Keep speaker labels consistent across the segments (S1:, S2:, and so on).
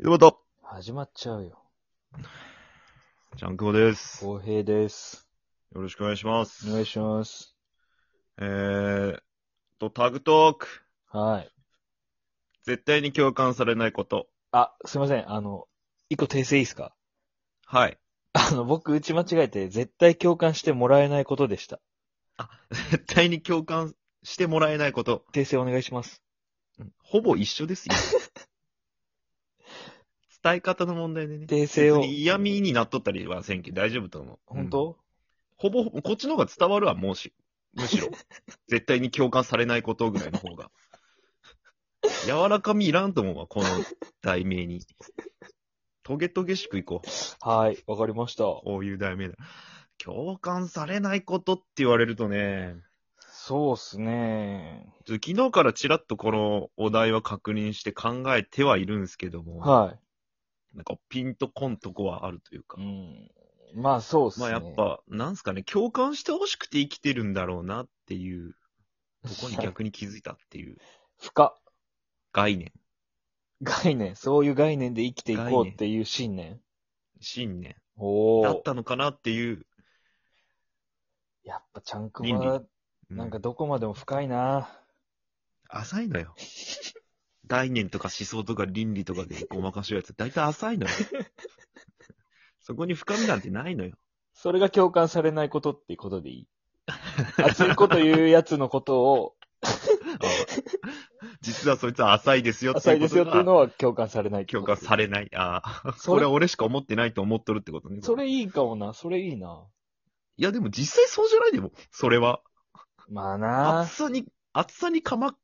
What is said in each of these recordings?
S1: 井戸端、
S2: 始まっちゃうよ。
S1: ちゃんくもです。よ
S2: 公平です。
S1: ろしくお願いします。
S2: お願いします。
S1: えーと、タグトーク。
S2: はい。
S1: 絶対に共感されないこと。
S2: あ、すいません。あの、一個訂正いいですか
S1: はい。
S2: あの、僕、打ち間違えて、絶対共感してもらえないことでした。
S1: 絶対に共感してもらえないこと。
S2: 訂正お願いします。
S1: ほぼ一緒です よ。伝え方の問題でね。
S2: 訂正を
S1: 別に。嫌味になっとったりはせんけど大丈夫と思う。
S2: 本
S1: うん
S2: 当、
S1: ほぼほぼ、こっちの方が伝わるわ、もうし。むし ろ。絶対に共感されないことぐらいの方が。柔らかみいらんと思うわ、この題名に。トゲトゲしくいこう。
S2: はい。わかりました。
S1: こういう題名だ。共感されないことって言われるとね、
S2: そうっすね。
S1: ちょっと昨日からちらっとこのお題は確認して考えてはいるんですけども、
S2: は
S1: なんかピンとこんとこはあるというか
S2: い。う。ん。まあ、そうっす
S1: まあ
S2: ね。
S1: やっぱ、なんすかね、共感してほしくて生きてるんだろうなっていう、ここに逆に気づいたっていう
S2: 深。
S1: 概念、
S2: 概念。そういう概念で生きていこうっていう信念。
S1: 信念
S2: お
S1: だっ
S2: お。
S1: たのかなっていう、
S2: やっぱ、ちゃんく
S1: 倫
S2: は、
S1: う
S2: なんかどこまでも深いな。
S1: 浅いのよ。概念とか思想とか倫理とかでごまかしようやつ、大体浅い のよ。そこに深みなんてないのよ。
S2: それが共感されないことっていうことでいい熱いこと言うやつのこ とを、
S1: 実はそいつは浅いですよって
S2: 浅
S1: い
S2: いうで
S1: こ
S2: すよ
S1: と
S2: っていう
S1: が
S2: のは共感されないって
S1: 共
S2: こと
S1: 感されない。ああ、
S2: それ
S1: これは俺しか思ってないと思っとるってことね。
S2: それいいかもな、それいいな。
S1: いやでも実際そうじゃないでも、それは。
S2: まあな
S1: 厚さに、厚さにかま、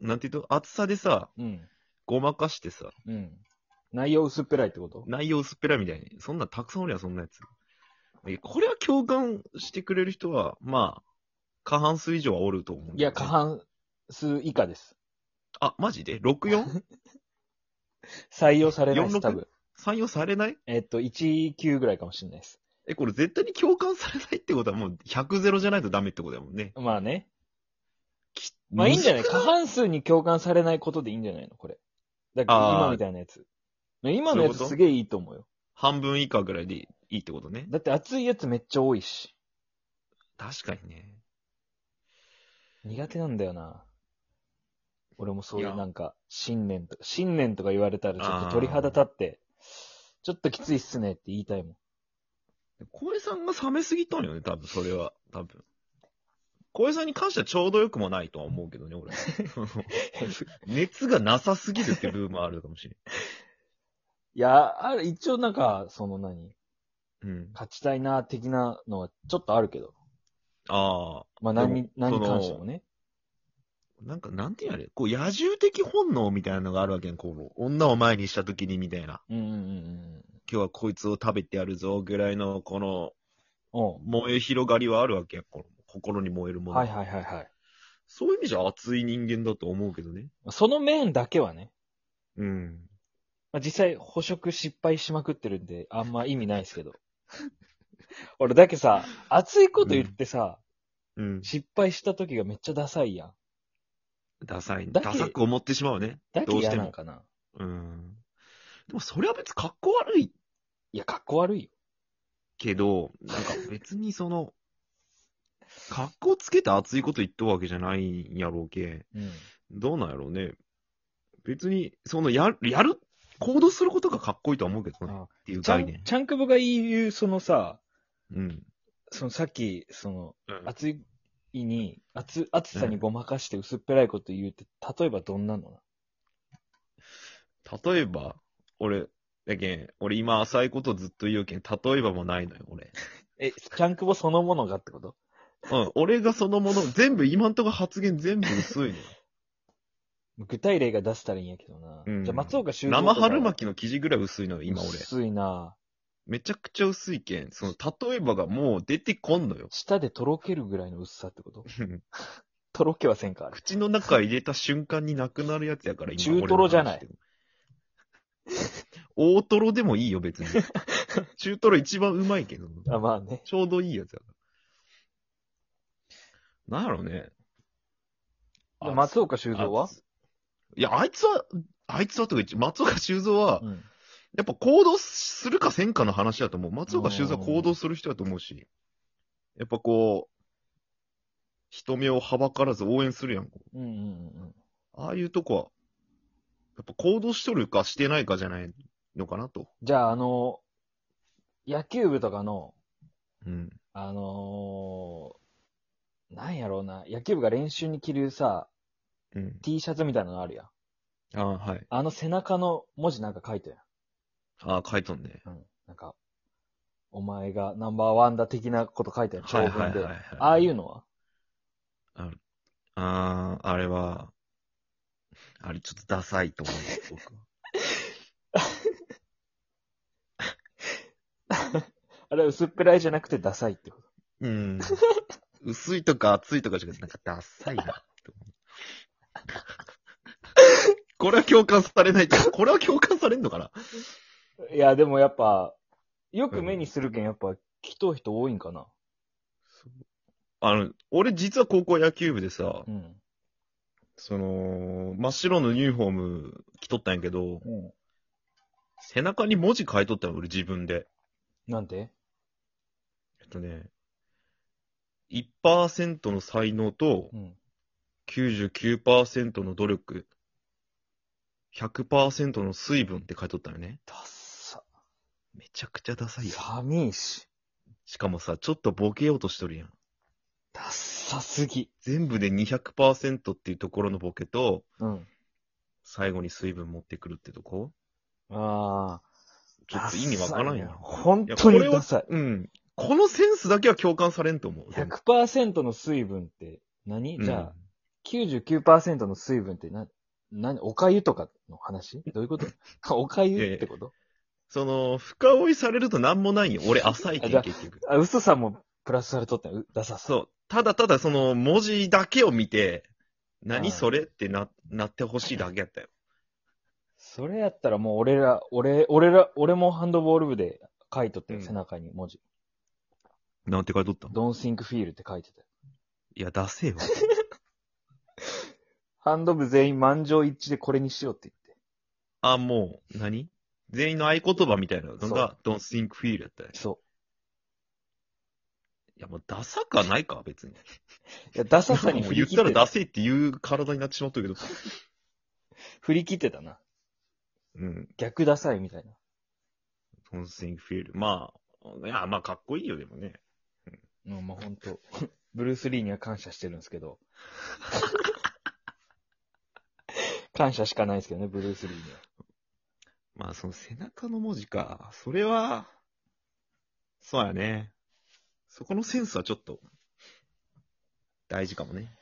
S1: なんていうと、厚さでさ、
S2: うん、
S1: ごまかしてさ、
S2: うん。内容薄っぺらいってこと
S1: 内容薄っぺらみたいに。そんなたくさんおりゃ、そんなやつ。いやこれは共感してくれる人は、まあ、過半数以上はおると思う、
S2: いや、過。半数以下です。
S1: あ、マジで ?64?
S2: 採用されないです、
S1: 46
S2: 多分。
S1: 採用されない
S2: えっと、19ぐらいかもしれないです。
S1: え、これ絶対に共感されないってことはもう100ゼロじゃないとダメってことだもんね。
S2: まあね。
S1: き
S2: まあいいんじゃない
S1: むず
S2: 過半数に共感されないことでいいんじゃないのこれ。だから
S1: あー
S2: 今みたいなやつ。今
S1: そう
S2: のや
S1: いうこ
S2: つ
S1: と
S2: すげえいいと思うよ。
S1: 半分以下ぐらいでいいってことね。
S2: だって熱いやつめっちゃ多いし。
S1: 確かにね。
S2: 苦手なんだよな。俺もそうい
S1: いうや
S2: なんか、信念とか、信念とか言われたらちょっ
S1: あ
S2: と
S1: ー
S2: 鳥肌立って、ちょっときついっすねって言いた いもん。
S1: 小江さんが冷めすぎたんよね、多分、それは。多分。小江さんに関してはちょうどよくもないとは思うけどね、 俺。 熱がなさすぎるって部分もあるかもしれ
S2: いや、ある、一応なんか、その何、
S1: ん。うん。
S2: 勝ちたいな、的なのはちょっとあるけど。
S1: ああ。
S2: まあ
S1: でも
S2: 何に、何に
S1: その
S2: 関してもね。
S1: なんか、なんていうのあれこう、野獣的本能みたいなのがあるわけやん、こう、女を前にした時にみたいな。
S2: うんうんうんうん。
S1: 今日はこいつを食べてやるぞ、ぐらいの、この、
S2: おう
S1: 燃え広がりはあるわけやん、この心に燃えるもの。
S2: はいはいはいはい。
S1: そういう意味じゃ熱い人間だと思うけどね。
S2: その面だけはね、
S1: うん。
S2: まあ、実際捕食失敗しまくってるんで、あんま意味ないで すけど。俺だけさ、熱いこと言ってさ、
S1: うん。
S2: 失敗した時がめっちゃダサいやん。
S1: ダサい。
S2: だけ
S1: ダサく思ってしまうね。
S2: だけ
S1: どうし
S2: 嫌
S1: て
S2: なん
S1: も。
S2: かな。
S1: うん。でもそれは別に格好悪い
S2: いや、かっこ悪いよ。
S1: けど、なんか別にそ の、格好つけて熱いこと言っとるわけじゃないんやろうけ。
S2: うん。
S1: どうなんやろうね。別に、その、やる、やる、行動することがかっこいいとは思うけどね。
S2: あ
S1: っていう
S2: ちゃ
S1: 概
S2: ん、
S1: 念。
S2: ちゃんくぼが言う、そのさ、
S1: うん。
S2: そのさっき、その、
S1: うん
S2: 熱いに、熱、熱さにごまかして薄っぺらいこと言うって、例えばどんなのな
S1: 例えば、俺、だけん、俺今浅いことずっと言うけん、例えばもないのよ、俺。
S2: え、ちゃんくぼそのものがってこと
S1: うん、俺がそのもの、全部、今んとこ発言全部薄 いのよ。
S2: 具体例が出せたらいいんやけどな。
S1: うん
S2: じゃあ、松岡修造とか
S1: 生春巻きの生地ぐらい薄いのよ、今俺。
S2: 薄いな
S1: めちゃくちゃ薄いけん、その、例えばがもう出てこんの よ。
S2: 舌でとろけるぐらいの薄さってこととろけはせんか、あれ。
S1: 口の中入れた瞬間になくなるやつやから、今
S2: 中トロじゃない
S1: 俺の話してる。 大トロでもいいよ、 別に。中トロ一番うまいけど。
S2: あ、まあね。
S1: ちょうどいいやつやから。なんやろうね。あ
S2: 松岡修造は
S1: あいや、あいつは、あいつはとか言っちゃ、松岡修造は
S2: う、ん。
S1: やっぱ行動するかせんかの話だと思う。松岡修造は行動する人だと思うし、やっぱこう、人目をはばからず応援するやん。
S2: うんうんうん
S1: ああいうとこは、やっぱ行動しとるかしてないかじゃないのかなと。
S2: じゃあ、あの、野球部とかの、
S1: うん。
S2: あのーなんやろうな、野球部が練習に着るさ、
S1: うん。
S2: T シャツみたいなのあるやん。
S1: ああ、はい。
S2: あの背中の文字なんか書いてる
S1: ああ、書いとんね。
S2: やん。うん。なんか、お前がナンバーワンだ的なこと書いてる
S1: はいは
S2: 長
S1: い
S2: 文
S1: はい、
S2: で
S1: は。い。。
S2: ああいううのは
S1: ああ、あれは、あれちょっとダサいと思う、僕は。
S2: あれは薄っぺらいじゃなくてダサいってこと。
S1: うん。 薄いとか厚いとかじゃなくて、なんかダサいなって思う。 これは共感されないけど、 これは共感されんのかない
S2: や、でもやっぱ、よく目にするけん、やっぱ、着とう人多いんかな。
S1: あの、俺実は高校野球部でさ
S2: う、ん。
S1: その、真っ白のユニフォーム着とったんやけど、
S2: うん。
S1: 背中に文字書いとったの、俺自分で。
S2: なんで
S1: えっとね、1%の才能と
S2: うん。
S1: 99%の努力、100%の水分って書いとったよね。
S2: ダッサ。
S1: めちゃくちゃダサいよ。
S2: 寒いし。
S1: しかもさ、ちょっとボケようとしとるやん。
S2: ダッサすぎ。
S1: 全部で200%っていうところのボケと、
S2: うん。
S1: 最後に水分持ってくるってとこ
S2: ああ。
S1: ちょっと意味わからんやん。
S2: 本
S1: いや
S2: 当に
S1: これは
S2: ダサい。
S1: うん。このセンスだけは共感されんと思う。
S2: 100%の水分って何、
S1: うん
S2: じゃあ、99%の水分ってな、何おかゆとかの話どうい うことおかゆってこと
S1: その、深追いされるとなんもないよ。俺浅いけ
S2: あじゃ
S1: ん、
S2: あ
S1: 結局。
S2: あ、嘘さんもプラスされとったよ。うダサさ。
S1: そう。ただただその文字だけを見て、
S2: う
S1: 何
S2: ん
S1: それってな、なってほしいだけやったよ。
S2: それやったらもう俺ら、俺、俺ら、俺もハンドボール部で書いとったよ、
S1: うん
S2: 背中に文字。
S1: なんて書いとったの
S2: Don't think feel って書いてたよ。
S1: いや、ダセえわ。
S2: ハンド部全員満場一致でこれにしようって言っ
S1: あ、もう、何全員の合言葉みたいなのが、don't think feel やったよ
S2: て。。そ
S1: いや、もうダサかないか、別に。
S2: う。いや、ダサさに
S1: もう言
S2: 振り
S1: っ
S2: 切った
S1: ら
S2: て
S1: ダ
S2: た。
S1: セえっていう体になってしまったけど。
S2: 振り切ってたな。
S1: うん。
S2: 逆ダサいみたいな。
S1: don't think feel. まあ、いや、まあ、かっこいいよ、でもね。
S2: うん、まあ本当 ブルース・リーには感謝してるんですけど。感謝しかないですけどね、ブルース・リーには。
S1: まあ、その背中の文字か。それは、そうやね。そこのセンスはちょっと、大事かもね。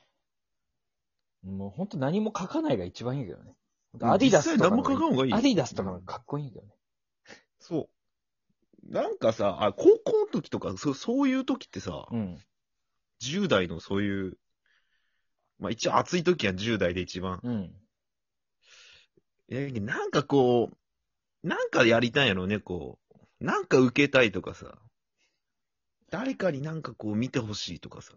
S2: もう本当何も書かないが一番いいけどね。アディダス
S1: 実際
S2: とか
S1: 何
S2: の
S1: も書かん方がいい。
S2: アディダスとかのかっこいいけどね。
S1: そう。なんかさ、あ、高校の時とか、そうそういう時ってさ、
S2: うん。
S1: 10代のそういう、まあ一応暑い時は10代で一番。
S2: うん。
S1: え、なんかこう、なんかやりたいんやろね、こう。なんか受けたいとかさ。誰かになんかこう見てほしいとかさ。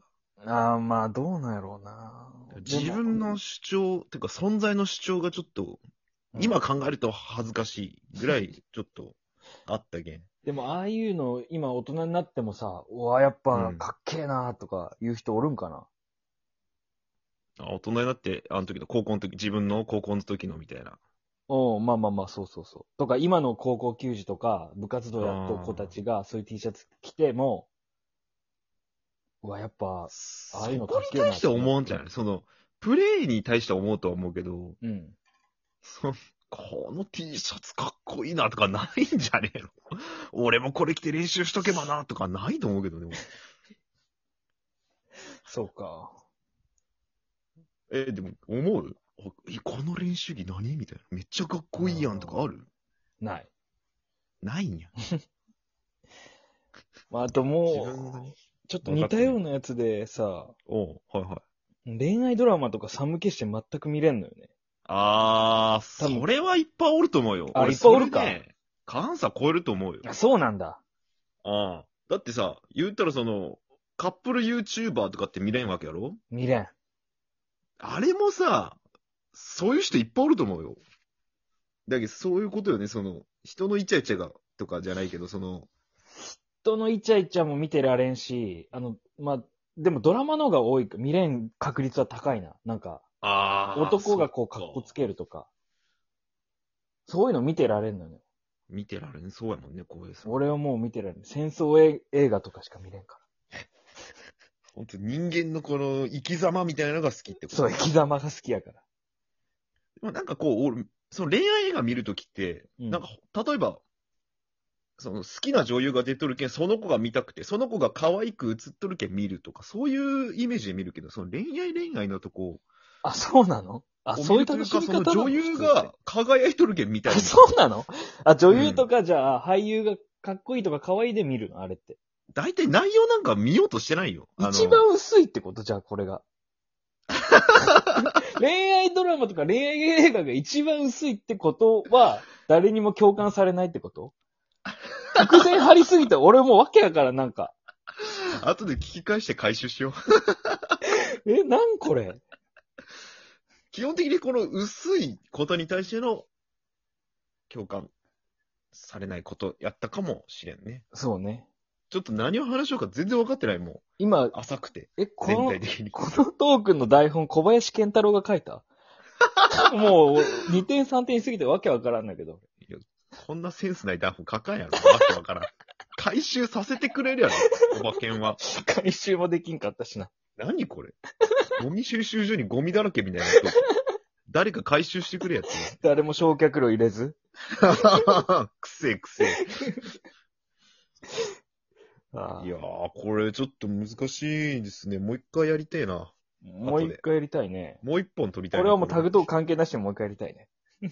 S2: ああ、まあどうなんやろうな。
S1: 自分の主張、てか存在の主張がちょっと、
S2: うん
S1: 今考えると恥ずかしいぐらい、ちょっと、あったけん。
S2: でもああいうの、今大人になってもさ、うわ、やっぱかっけえなとか言う人おるんかな。
S1: あ大人になって、あの時の高校の時、自分の高校の時のみたいな。
S2: おうまあまあまあ、そうそうそう。とか、今の高校球児とか、部活動やった子たちが、そういう T シャツ着ても、うわ、やっぱ、ああいうの
S1: そこに対しては思うんじゃないその、プレイに対しては思うとは思うけど、
S2: うん。
S1: そのこの T シャツかっこいいなとかないんじゃねえの 俺もこれ着て練習しとけばなとかないと思うけどね。
S2: そうか。
S1: え、でも思うあえこの練習着何みたいな。めっちゃかっこいいやんとかある
S2: ない。
S1: ないんや。
S2: まあ、あと
S1: 自
S2: も
S1: 分が
S2: う、
S1: ね。
S2: ちょっと似たようなやつでさ、
S1: おうはいはい。
S2: 恋愛ドラマとか寒気して全く見れんのよね。
S1: あ
S2: 多分
S1: ー、それはいっぱいおると思うよ。
S2: あ
S1: 俺
S2: いっぱいおるか
S1: それね。関差超えると思うよ。
S2: あ、そうなんだ。
S1: ああ。だってさ、言ったらその、カップル YouTuber とかって見れんわけやろ
S2: 見れん。
S1: あれもさ、そういう人いっぱいおると思うよ。だけど、そういうことよね、その、人のイチャイチャが、とかじゃないけど、その、
S2: 人のイチャイチャも見てられんし、あの、まあ、でもドラマの方が多いか、見れん確率は高いな。なんか、
S1: あ
S2: 男がこう、格好つけるとか。そういうの見てられんのよね。
S1: 見てられんそうやもんね、こういうさ。
S2: 俺はもう見てられん。戦争映映画とかしか見れんか
S1: 本当人間のこの生き様みたいなのが好きって
S2: ら。
S1: こと
S2: そう、生き様が好きやから。
S1: でもなんかこう、俺、その恋愛映画見るときって、
S2: うん
S1: なんか、例えば、その好きな女優が出とるけん、その子が見たくて、その子が可愛く映っとるけん見るとか、そういうイメージで見るけど、その恋愛恋愛のとこ
S2: あ、そうなのあ、そういう楽しみ
S1: その
S2: 方
S1: 女優が輝いとるけんみたい
S2: あ
S1: な。
S2: そうなのあ、女優とかじゃあ、俳優がかっこいいとか可愛いで見るのあれって。
S1: 大体内容なんか見ようとしてないよ。あの
S2: 一番薄いってことじゃあ、これ が。恋愛ドラマとか恋愛映画が一番薄いってことは、誰にも共感されないってこと伏線張りすぎて、俺もうわけやからなんか。
S1: 後で聞き返して回収しよう。
S2: え、なんこれ
S1: 基本的にこの薄いことに対しての共感されないことやったかもしれんね。
S2: そうね。
S1: ちょっと何を話しようか全然分かってない、も
S2: 今
S1: う。、浅くて、
S2: え、こ
S1: 全
S2: の
S1: 体、的に。
S2: このトークンの台本、小林健太郎が書いた もう、2点3点過ぎてわけわからんだけど。
S1: こんなセンスない台本書かんやろ。 わけわからん。回収させてくれるやろ、お馬券は。
S2: 回収もできんかったしな。
S1: 何これゴミ収集所にゴミだらけみたいな人。誰か回収してくれやって。
S2: 誰も焼却炉入れず。
S1: くせえくせえ。
S2: ああ
S1: いやー、これちょっと難しいですね。もう一回やりてえな。
S2: もう一回やりたいね。
S1: もう一本取りたい
S2: こ
S1: な。
S2: れはもうタグと関係なしにもう一回やりたいね。
S1: グ。